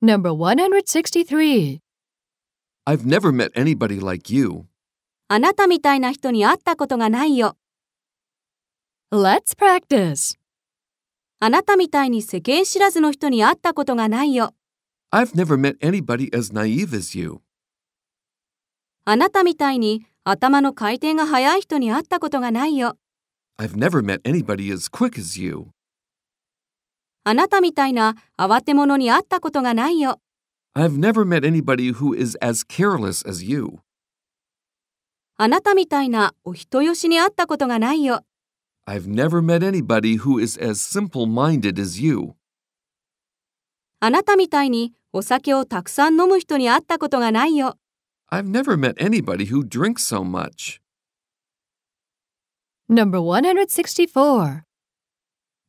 Number 163. I've never met anybody like you. あなたみたいな人に会ったことがないよ。 Let's practice. あなたみたいに世間知らずの人に会ったことがないよ。 I've never met anybody as naive as you. あなたみたいに頭の回転が速い人に会ったことがないよ。 I've never met anybody as quick as you. あなたみたいな慌て者に会ったことがないよ。 I've never met anybody who is as careless as you. あなたみたいなお人よしに会ったことがないよ。 I've never met anybody who is as simple minded as you. あなたみたいにお酒をたくさん飲む人に会ったことがないよ。 I've never met anybody who drinks so much. Number 164.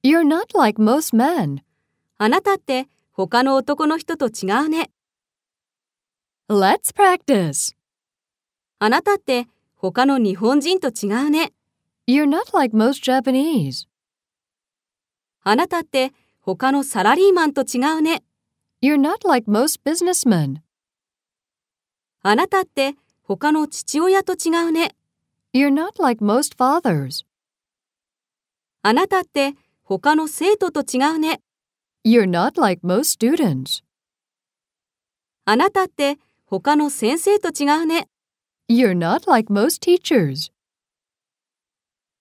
You're not like most men. あなたって他の男の人と違うね。 Let's practice. あなたって他の日本人と違うね。 You're not like most Japanese. あなたって他のサラリーマンと違うね。 You're not like most businessmen. あなたって他の父親と違うね。 You're not like most fathers. あなたって他の生徒と違うね。 You're not like most students. あなたって他の先生と違うね。 You're not like most teachers.